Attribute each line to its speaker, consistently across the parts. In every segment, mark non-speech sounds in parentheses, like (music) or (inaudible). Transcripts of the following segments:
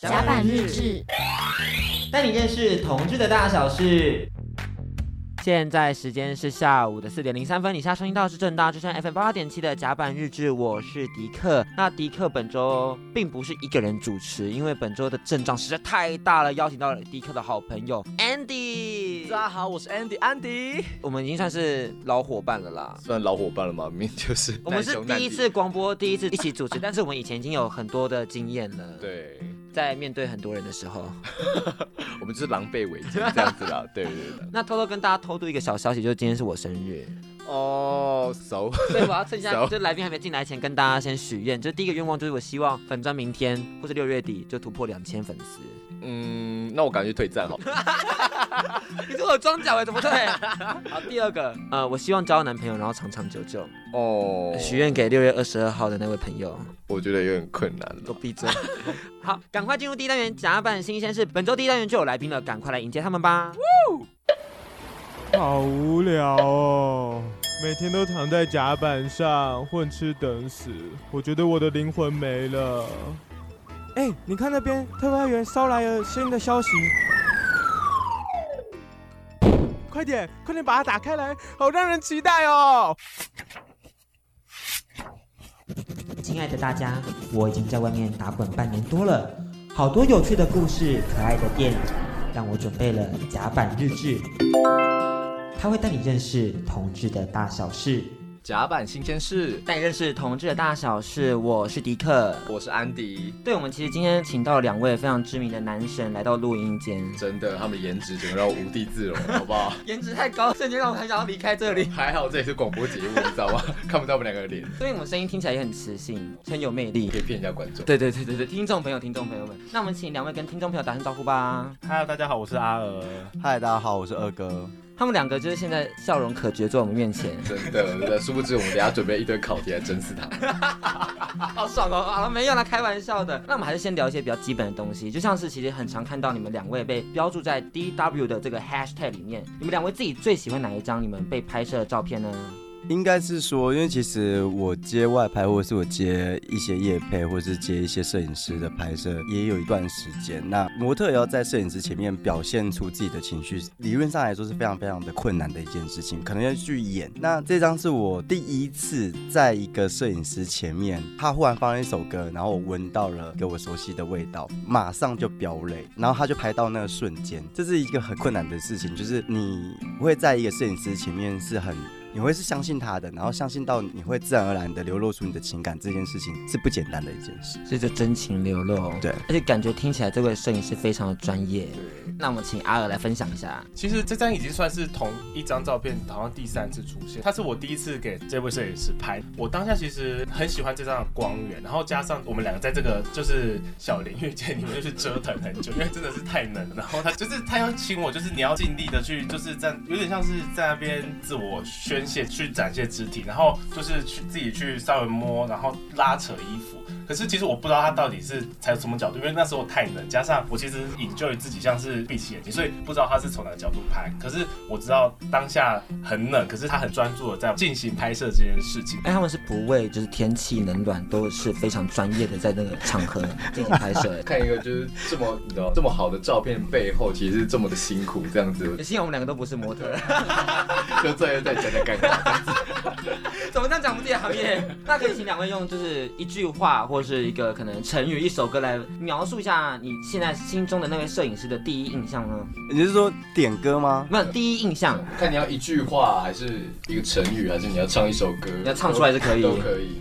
Speaker 1: 甲板日志，
Speaker 2: 带你认识同志的大小事。现在时间是下午的四点零三分，以下收听到是正大之声 FM 八点七的甲板日志，我是迪克。那迪克本周并不是一个人主持，因为本周的阵仗实在太大了，邀请到了迪克的好朋友 Andy。
Speaker 3: 大家好，我是 Andy，安迪。
Speaker 2: 我们已经算是老伙伴了啦。
Speaker 4: 算老伙伴了嘛，明明就是
Speaker 2: 我们
Speaker 4: 难
Speaker 2: 是
Speaker 4: 兄难
Speaker 2: 第一
Speaker 4: 弟
Speaker 2: 次广播，第一次一起主 (laughs) 持，但是我们以前已经有很多的经验了。，
Speaker 4: 对，
Speaker 2: 在面对很多人的时候，
Speaker 4: 我们就是狼狈为奸这样子
Speaker 1: (laughs)
Speaker 4: 啦，对对对。
Speaker 2: 那偷偷跟大家偷渡一个小消息，就是今天是我生日。
Speaker 4: 哦，熟，
Speaker 2: 所以我要趁现在 (laughs)
Speaker 4: So-
Speaker 2: 就来宾还没进来前，跟大家先许愿。就第一个愿望就是我希望粉砖明天或者六月底就突破两千粉丝。
Speaker 4: 嗯，那我赶快去退战好了。
Speaker 2: 你说我装脚哎，怎么对？ (laughs) 好，第二个，呃，我希望交到男朋友，然后长长久久。
Speaker 4: 哦，
Speaker 2: 许愿给六月二十二号的那位朋友，
Speaker 4: 我觉得有点困难
Speaker 2: 给我
Speaker 4: 了。
Speaker 2: 闭 (laughs) 嘴。好，赶快进入第一单元甲板新鲜事。本周第一单元就有来宾了，赶快来迎接他们吧。
Speaker 5: 好无聊哦，每天都躺在甲板上混吃等死，我觉得我的灵魂没了。哎、你看那边特派员捎来了新的消息，快点，快点把它打开来，好让人期待哦。
Speaker 1: 亲爱的大家，我已经在外面打滚半年多了，好多有趣的故事，可爱的电影，让我准备了甲板日志，它会带你认识同志的大小事。
Speaker 4: 甲板新鲜事，
Speaker 2: 带你认识同志的大小事，我是迪克。
Speaker 4: 我是安迪，
Speaker 2: 对，我们其实今天请到两位非常知名的男神来到录音间，
Speaker 4: 真的，他们颜值整个让我无地自容，好不 (laughs) 好？
Speaker 2: 颜值太高，瞬间让我很想要离开这里。
Speaker 4: 还好这里是广播节目，你知道吗？ (laughs) 看不到我们两个的脸，
Speaker 2: 所以我们声音听起来也很磁性，很有魅力
Speaker 4: 可。以骗一下观众。
Speaker 2: 对对对对对，听众朋友，听众朋友们，那我们请两位跟听众朋友打声招呼吧。
Speaker 6: Hello，大家好，我是阿娥。
Speaker 7: 嗨，大家好，我是二哥。
Speaker 2: 他们两个就是现在笑容可掬，坐在我们面前，
Speaker 4: 真的，真的，殊不知我们等一下准备一堆考题来整死他。。
Speaker 2: (laughs) 好爽哦！好了，没有啦，开玩笑的。那我们还是先聊一些比较基本的东西，就像是其实很常看到你们两位被标注在 D W 的这个 hashtag 里面，你们两位自己最喜欢哪一张你们被拍摄的照片呢？
Speaker 7: 应该是说，因为其实我接外拍，或者是我接一些夜配，或者是接一些摄影师的拍摄，也有一段时间。那模特也要在摄影师前面表现出自己的情绪，理论上来说是非常非常的困难的一件事情，可能要去演。那这张是我第一次在一个摄影师前面，他忽然放了一首歌，然后我闻到了给我熟悉的味道，马上就飙泪，然后他就拍到那个瞬间，这是一个很困难的事情，就是你会在一个摄影师前面是很你会是相信他的，然后相信到你会自然而然的流露出你的情感，这件事情是不简单的一件事。
Speaker 2: 这就真情流露，
Speaker 7: 对
Speaker 2: 而且感觉听起来这位摄影师非常的专业。那我们请阿尔来分享一下。
Speaker 6: 其实这张已经算是同一张照片，好像第三次出现。它是我第一次给这位摄影师拍，我当下其实很喜欢这张的光源，然后加上我们两个在这个就是小淋浴间里面就是折腾很久，因为真的是太冷。然后他就是他要请我，就是你要尽力的去，就是在有点像是在那边自我宣泄，去展现肢体，然后就是去自己去稍微摸，然后拉扯衣服。可是其实我不知道他到底是采什么角度，因为那时候太冷，加上我其实 enjoy 自己像是闭起眼睛，所以不知道他是从哪个角度拍。可是我知道当下很冷，可是他很专注的在进行拍摄这件事情。
Speaker 2: 哎，他们是不畏就是天气冷暖都是非常专业的，在那个场合 (laughs) 进行拍摄
Speaker 4: 看一个就是这么你知道这么好的照片背后，其实是这么的辛苦，这样子，
Speaker 2: 也幸好我们两个都不是模特，
Speaker 4: 就这样再讲讲干话。
Speaker 2: (laughs) 怎么这样讲我们自己的行 (laughs) 业？那可以请两位用就是一句话或是一个可能成语、一首歌来描述一下你现在心中的那位摄影师的第一印象呢？
Speaker 7: 你是说点歌吗？
Speaker 2: 没有第一印象，
Speaker 4: 看你要一句话，还是一个成语，还是你要唱一首歌？
Speaker 2: 你要唱出来就可以
Speaker 4: 都可以。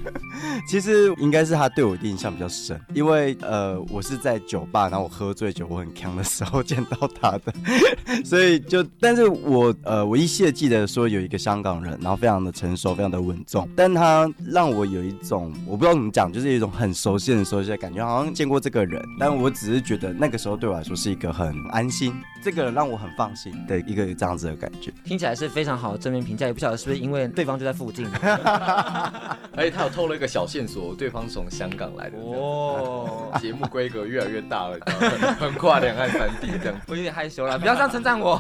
Speaker 7: 其实应该是他对我的印象比较深，因为呃，我是在酒吧，然后我喝醉酒，我很强的时候见到他的， (laughs) 所以就，但是我呃，我依稀地记得说有一个香港人，然后非常的成熟，非常的稳重，但他让我有一种我不知道怎么讲，就是有一种很熟悉、很熟悉的感觉，好像见过这个人，但我只是觉得那个时候对我来说是一个很安心，这个人让我很放心的一个这样子的感觉。
Speaker 2: 听起来是非常好的正面评价，也不晓得是不是因为对方就在附近。
Speaker 4: 而哎且他有透露一个小线索，对方是从香港来
Speaker 2: (laughs)
Speaker 4: 的。
Speaker 2: 哦，
Speaker 4: 节目规格越来越大了，你 (laughs) 知道吗横跨两岸三地这样。
Speaker 2: 我有点害羞 (laughs) 了，不要这样称赞我。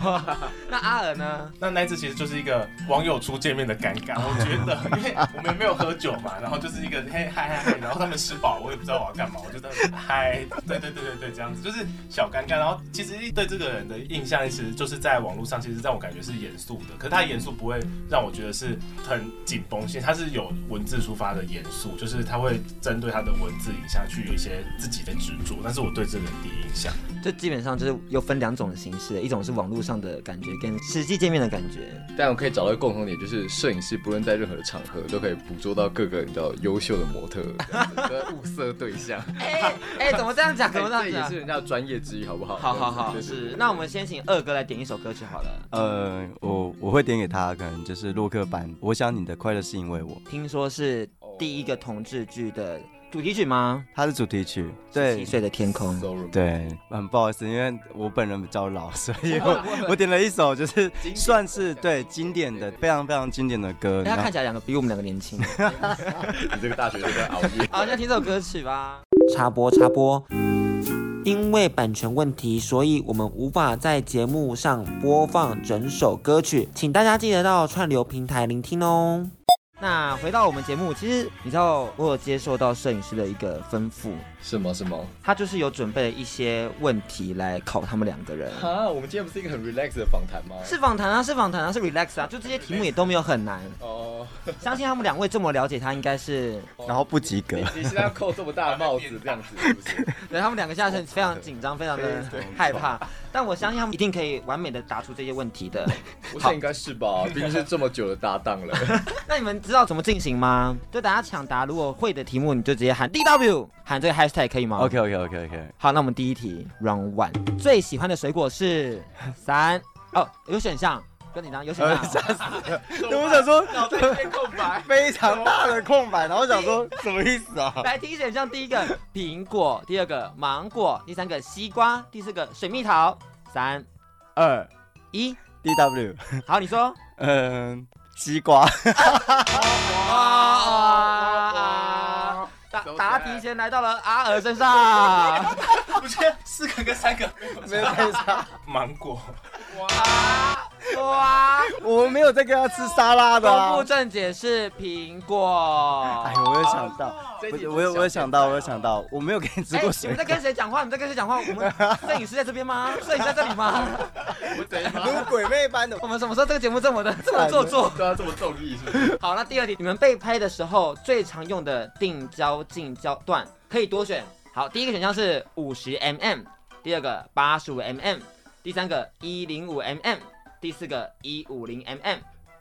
Speaker 2: 那阿尔呢？
Speaker 6: 那那一次其实就是一个网友初见面的尴尬，我觉得，因为我们没有喝酒嘛，然后就是一个嘿嗨嗨嗨，然后他们失饱，我也不知道我要干嘛，我就在那边嗨，对对对对对，这样子就是小尴尬。然后其实对这个人的印象，其实就是在网络上，其实让我感觉是严肃的，可是他严肃不会让我觉得是很紧绷性，他是有文字抒发的严肃，就是他会针对他的文字影像去有一些自己的执着，那是我对这个人第一印象。
Speaker 2: 这基本上就是又分两种形式，一种是网络上的感觉，跟实际见面的感觉。
Speaker 4: 但我可以找到一个共同点，就是摄影师不论在任何场合都可以捕捉到各个你知道优秀的模特，这样子都在物色对象。
Speaker 2: (laughs) 哎哎，怎么这样讲？哎怎么这
Speaker 4: 这
Speaker 2: 样
Speaker 4: 也
Speaker 2: 讲
Speaker 4: 是？人家的专业之一，好不好？
Speaker 2: 好好好，
Speaker 4: 对对对
Speaker 2: 是。那我们先请二哥来点一首歌曲好了。
Speaker 7: 呃，我我会点给他，可能就是洛克版。我想你的快乐是因为我，
Speaker 2: 听说是第一个同志剧的主题曲吗？
Speaker 7: 它是主题曲。
Speaker 2: 七
Speaker 7: 对
Speaker 2: 岁的天空。
Speaker 4: So romantic
Speaker 7: 对，很不好意思，因为我本人比较老，所以我 (laughs) 我点了一首就是
Speaker 4: 典
Speaker 7: 算是对经典的、非常非常经典的歌。
Speaker 2: 哎他
Speaker 7: 然后
Speaker 2: 看起来两个比我们两个年轻。。
Speaker 4: 你这个大学生在 (laughs) 熬夜
Speaker 2: (laughs) 好，那听首歌曲吧。插播插播，因为版权问题，所以我们无法在节目上播放整首歌曲，请大家记得到串流平台聆听哦。那回到我们节目，其实你知道我有接受到摄影师的一个吩咐，
Speaker 4: 是吗？是吗？
Speaker 2: 他就是有准备了一些问题来考他们两个人。
Speaker 4: 哈，我们今天不是一个很 relax 的访谈吗？
Speaker 2: 是访谈啊，是访谈啊，是 relax 啊，就这些题目也都没有很难。
Speaker 4: 哦，
Speaker 2: 相信他们两位这么了解他，应该是
Speaker 7: 然后不及格
Speaker 4: 哎你，你现在要扣这么大的帽子，这样子是不是？
Speaker 2: 对，他们两个现在是非常紧张，非常的害怕，但我相信他们一定可以完美的答出这些问题的。
Speaker 4: 我想应该是吧，毕竟是这么久的搭档 (laughs) 了。
Speaker 2: 那你们知道怎么进行吗？就大家抢答，如果会的题目，你就直接喊 D W，喊这个 hashtag 可以吗
Speaker 7: OK OK OK OK，
Speaker 2: 好，那我们第一题 round one，最喜欢的水果是三哦，有选项，跟你当有选项哦。
Speaker 7: 我想说，脑袋空白，非常大的空白，然后我想说什么意 (laughs) 思啊？
Speaker 2: (laughs) 来，第一选项，第一个苹果，第二个芒果，第三个西瓜，第四个水蜜桃。三
Speaker 7: 二
Speaker 2: 一，
Speaker 7: D W，
Speaker 2: 好，你说。
Speaker 7: 嗯，西瓜，
Speaker 2: 啊！答答题前来到了阿尔身
Speaker 7: (laughs)
Speaker 2: 上，
Speaker 6: 我觉得四个跟三个
Speaker 7: (laughs) 没有太差，
Speaker 6: 芒果，
Speaker 2: 哇！
Speaker 7: 我们没有在跟他吃沙拉的
Speaker 2: 公布
Speaker 7: 啊。
Speaker 2: 正解是苹果
Speaker 7: 哎。，我有想到，
Speaker 4: 这一
Speaker 7: 不
Speaker 4: 题
Speaker 7: 是
Speaker 4: 真的
Speaker 7: 我有我有
Speaker 4: 小
Speaker 7: 想到，我有想到，我没有跟你吃
Speaker 2: 哎
Speaker 7: 过
Speaker 2: 你
Speaker 7: 水
Speaker 2: 们在
Speaker 7: 果。
Speaker 2: 跟谁讲话？你们在跟谁讲话？我们摄影师在这边吗？摄影师在这里
Speaker 7: (laughs)
Speaker 2: 吗？
Speaker 4: 我等一下，
Speaker 7: 如鬼魅般的
Speaker 2: 我们什么时候这个节目这么的这么做作？
Speaker 4: 对啊，这么中意是 (laughs) 不是？
Speaker 2: 好，那第二题，你们被拍的时候最常用的定焦近焦段可以多选。好，第一个选项是五十 mm，第二个八十五 mm，第三个一零五 mm，第四个一五零 mm，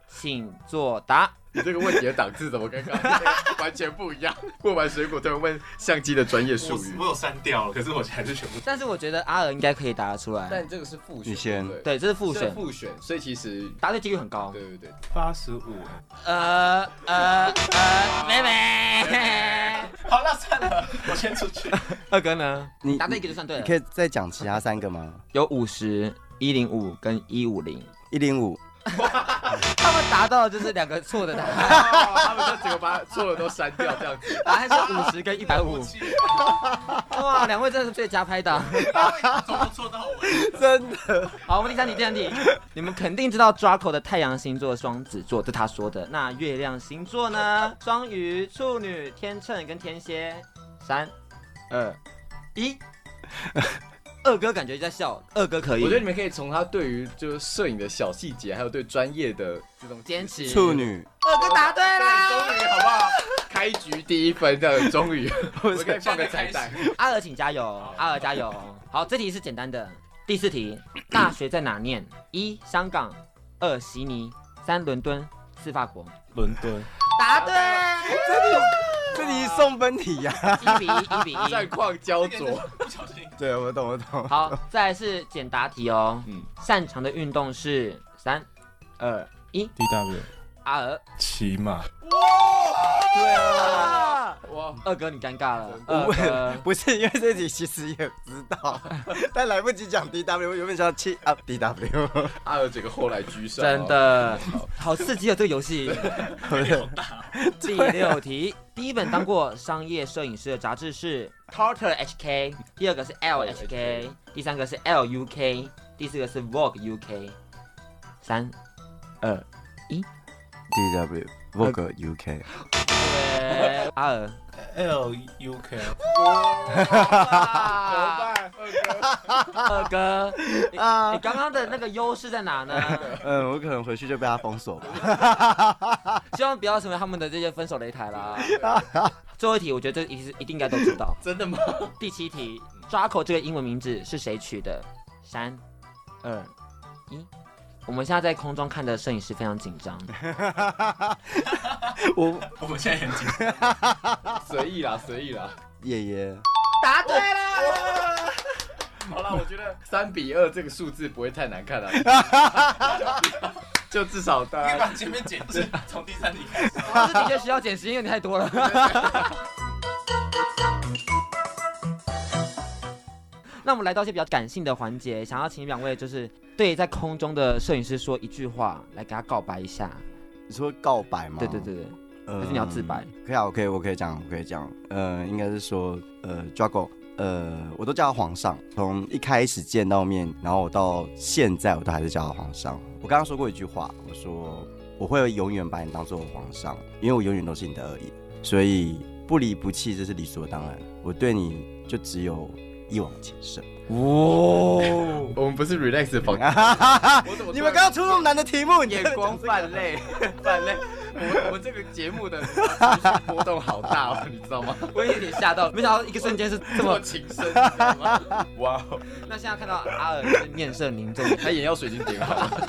Speaker 2: 请作答。
Speaker 4: 你这个问题的档次怎么跟刚刚那个完全不一样？问完水果，突然问相机的专业术
Speaker 6: 我
Speaker 4: 语
Speaker 6: 我。有删掉了，可是我还是全部。
Speaker 2: 但是我觉得阿尔应该可以答得出来，
Speaker 4: 但这个是复
Speaker 7: 你先
Speaker 4: 对
Speaker 2: 对，这是复
Speaker 4: 是
Speaker 2: 选，
Speaker 4: 复选，所以其实
Speaker 2: 答对几率很高。
Speaker 4: 对对对，
Speaker 6: 八十五。
Speaker 2: 呃呃呃，妹妹，
Speaker 6: (laughs) 好，那
Speaker 2: (laughs)
Speaker 6: 算了，我先出去。
Speaker 2: 二哥呢？
Speaker 7: 你
Speaker 2: 答对一个就算对
Speaker 7: 你
Speaker 2: 了
Speaker 7: 可。以再讲其他三个吗？
Speaker 2: 有五十、一零五跟一五零，
Speaker 7: 一零五，
Speaker 2: 他们答到的就是两个错的答案。
Speaker 4: (laughs) (laughs) 他们就整个把错的都删掉，这样子。
Speaker 2: 答案是五十跟一百
Speaker 4: (laughs)
Speaker 2: 五。哇，两位真的是最佳拍档。
Speaker 6: 从头做到尾。
Speaker 7: 真的
Speaker 2: 好，我们第三题，第三题，你们肯定知道 Draco 的太阳星座双子座，这他说的。那月亮星座呢？双鱼、处女、天秤跟天蝎。三、二、
Speaker 4: (laughs)
Speaker 2: 一。二哥感觉在笑，二哥可以。
Speaker 4: 我觉得你们可以从他对于就是摄影的小细节，还有对专业的这种
Speaker 2: 坚持。
Speaker 7: 处。女，
Speaker 2: 二哥 (laughs) 答对
Speaker 4: 终
Speaker 2: 啦！
Speaker 4: 于好不好？开局第一分，这样终于，我们可以放个彩蛋。
Speaker 2: 阿尔请加油，阿尔加油。好，这题是简单的。第四题，大学在哪念？一香港，二悉尼，三伦敦，四法国。
Speaker 6: 伦敦。
Speaker 2: 答对，
Speaker 7: 这里送分题呀。
Speaker 2: 一比一，一比
Speaker 4: (laughs) 战
Speaker 2: 一。
Speaker 4: 况焦灼，
Speaker 6: 不小心。
Speaker 7: 对，我懂，我懂。
Speaker 2: 好，再来是简答题哦。
Speaker 4: 嗯
Speaker 2: 擅长的运动是三、二、一。
Speaker 6: D W。
Speaker 2: 阿尔，
Speaker 6: 骑马。
Speaker 7: 对啊，
Speaker 4: 哇！
Speaker 2: 二哥你尴尬了。
Speaker 7: 我
Speaker 2: 二哥，
Speaker 7: 不是因为这题其实也知
Speaker 2: (laughs)
Speaker 7: 道，但来不及讲 D W，原本想要七啊 D W，
Speaker 4: 阿尔整个后来居上，
Speaker 2: 真。的好刺激哦，这个游戏。哎第六题，第一本当过商业摄影师的杂志是 Tartar HK，第二个是 LHK，第三个是 LUK，第四个是 Vogue UK。三、
Speaker 7: D W， Vogue UK。
Speaker 2: 对，阿尔，
Speaker 6: L U K，
Speaker 2: 二哥，你你刚刚的那个优势在哪呢？
Speaker 7: 啊嗯，我可能回去就被他封锁吧。
Speaker 2: 希望不要成为他们的这些分手擂台啦。最后一题，我觉得这一定一定应该都知道。
Speaker 6: (laughs) 真的吗？
Speaker 2: 第七题，Draco 这个英文名字是谁取的？三、二、一。我们现在在空中看的摄影师非常紧张，
Speaker 7: 我
Speaker 6: 我们现在很紧张。
Speaker 4: 随意啦，随意啦，
Speaker 7: 爷爷，
Speaker 6: 啊
Speaker 2: 答对了。
Speaker 6: 好了，我觉得
Speaker 4: 三比二这个数字不会太难看了，啊就至少大
Speaker 6: 可以
Speaker 4: 家
Speaker 6: 把前面剪辑，从第三题开始。
Speaker 2: 这的确需要减时间有点太多了。 (laughs) 那我们来到一些比较感性的环节，想要请两位就是对在空中的摄影师说一句话，来给他告白一下。
Speaker 7: 你说告白吗？
Speaker 2: 对对对对，
Speaker 7: 呃
Speaker 2: 还是你要自白？
Speaker 7: 可以啊，我可以，我可以讲，我可以讲。呃，应该是说，呃，Drago，呃，我都叫他皇上。从一开始见到面，然后我到现在，我都还是叫他皇上。我刚刚说过一句话，我说我会永远把你当做皇上，因为我永远都是你的二爷，所以不离不弃，这是理所当然。我对你就只有一往情深。
Speaker 4: 哦， (laughs) 我们不是 relax 的房间，我怎么
Speaker 7: 你们刚刚出那么难的题目，你
Speaker 4: 眼光泛泪，泛泪。我我这个节目的波动好大哦，你知道吗？
Speaker 2: 我也有点吓到， (laughs) 没想到一个瞬间是这
Speaker 4: 这么
Speaker 2: 么。
Speaker 4: 情深，你知道吗？ (laughs) 哇哦，
Speaker 2: 那现在看到阿尔就是面色凝重， (laughs)
Speaker 4: 他眼药水已经点好了，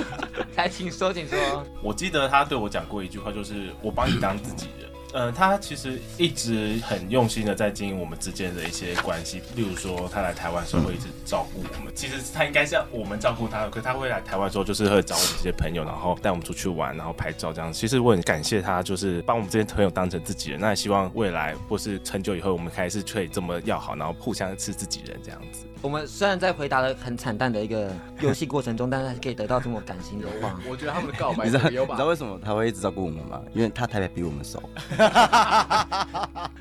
Speaker 2: 来，请说，请说。
Speaker 6: 我记得他对我讲过一句话，就是我把你当自己人。呃，他其实一直很用心的在经营我们之间的一些关系，例如说他来台湾的时候会一直照顾我们，其实他应该是要我们照顾他的，可他会来台湾的时候就是会找我们这些朋友，然后带我们出去玩，然后拍照这样。其实我很感谢他，就是把我们这些朋友当成自己人。那也希望未来或是很久以后，我们还是可以这么要好，然后互相是自己人这样子。
Speaker 2: 我们虽然在回答的很惨淡的一个游戏过程中，但是还可以得到这么感性的话。
Speaker 4: 我觉得他们的告白
Speaker 7: 你知道
Speaker 4: 很
Speaker 7: (laughs) 你
Speaker 4: 有
Speaker 7: 知道
Speaker 4: 吧？
Speaker 7: 为什么他会一直照顾我们吗？因为他台北比我们熟。
Speaker 2: (laughs)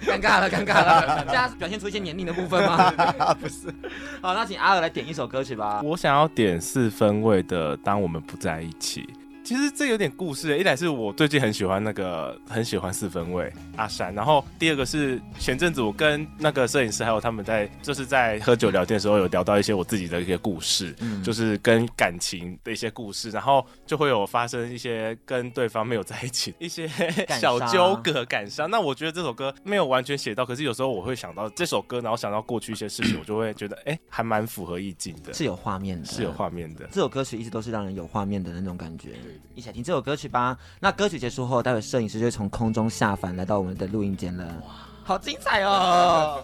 Speaker 2: 尴尬了，尴尬 (laughs) 了！现在表现出一些年龄的部分吗？ (laughs) 不是。好，那请阿尔来点一首歌曲吧。
Speaker 6: 我想要点四分位的《当我们不在一起》。其实这有点故事、一来是我最近很喜欢那个，很喜欢四分位阿山，然后第二个是前阵子我跟那个摄影师还有他们在就是在喝酒聊天的时候有聊到一些我自己的一些故事，
Speaker 2: 嗯
Speaker 6: 就是跟感情的一些故事，然后就会有发生一些跟对方没有在一起一些
Speaker 2: 感
Speaker 6: 小
Speaker 2: 伤
Speaker 6: 纠葛、感伤。那我觉得这首歌没有完全写到，可是有时候我会想到这首歌，然后想到过去一些事情，我就会觉得哎、还蛮符合意境的。
Speaker 2: 是有画面的，
Speaker 6: 是有。画面的。
Speaker 2: 这首歌曲一直都是让人有画面的那种感觉。一起来听这首歌曲吧。那歌曲结束后，待会摄影师就会从空中下凡，来到我们的录音间了。好精彩哦！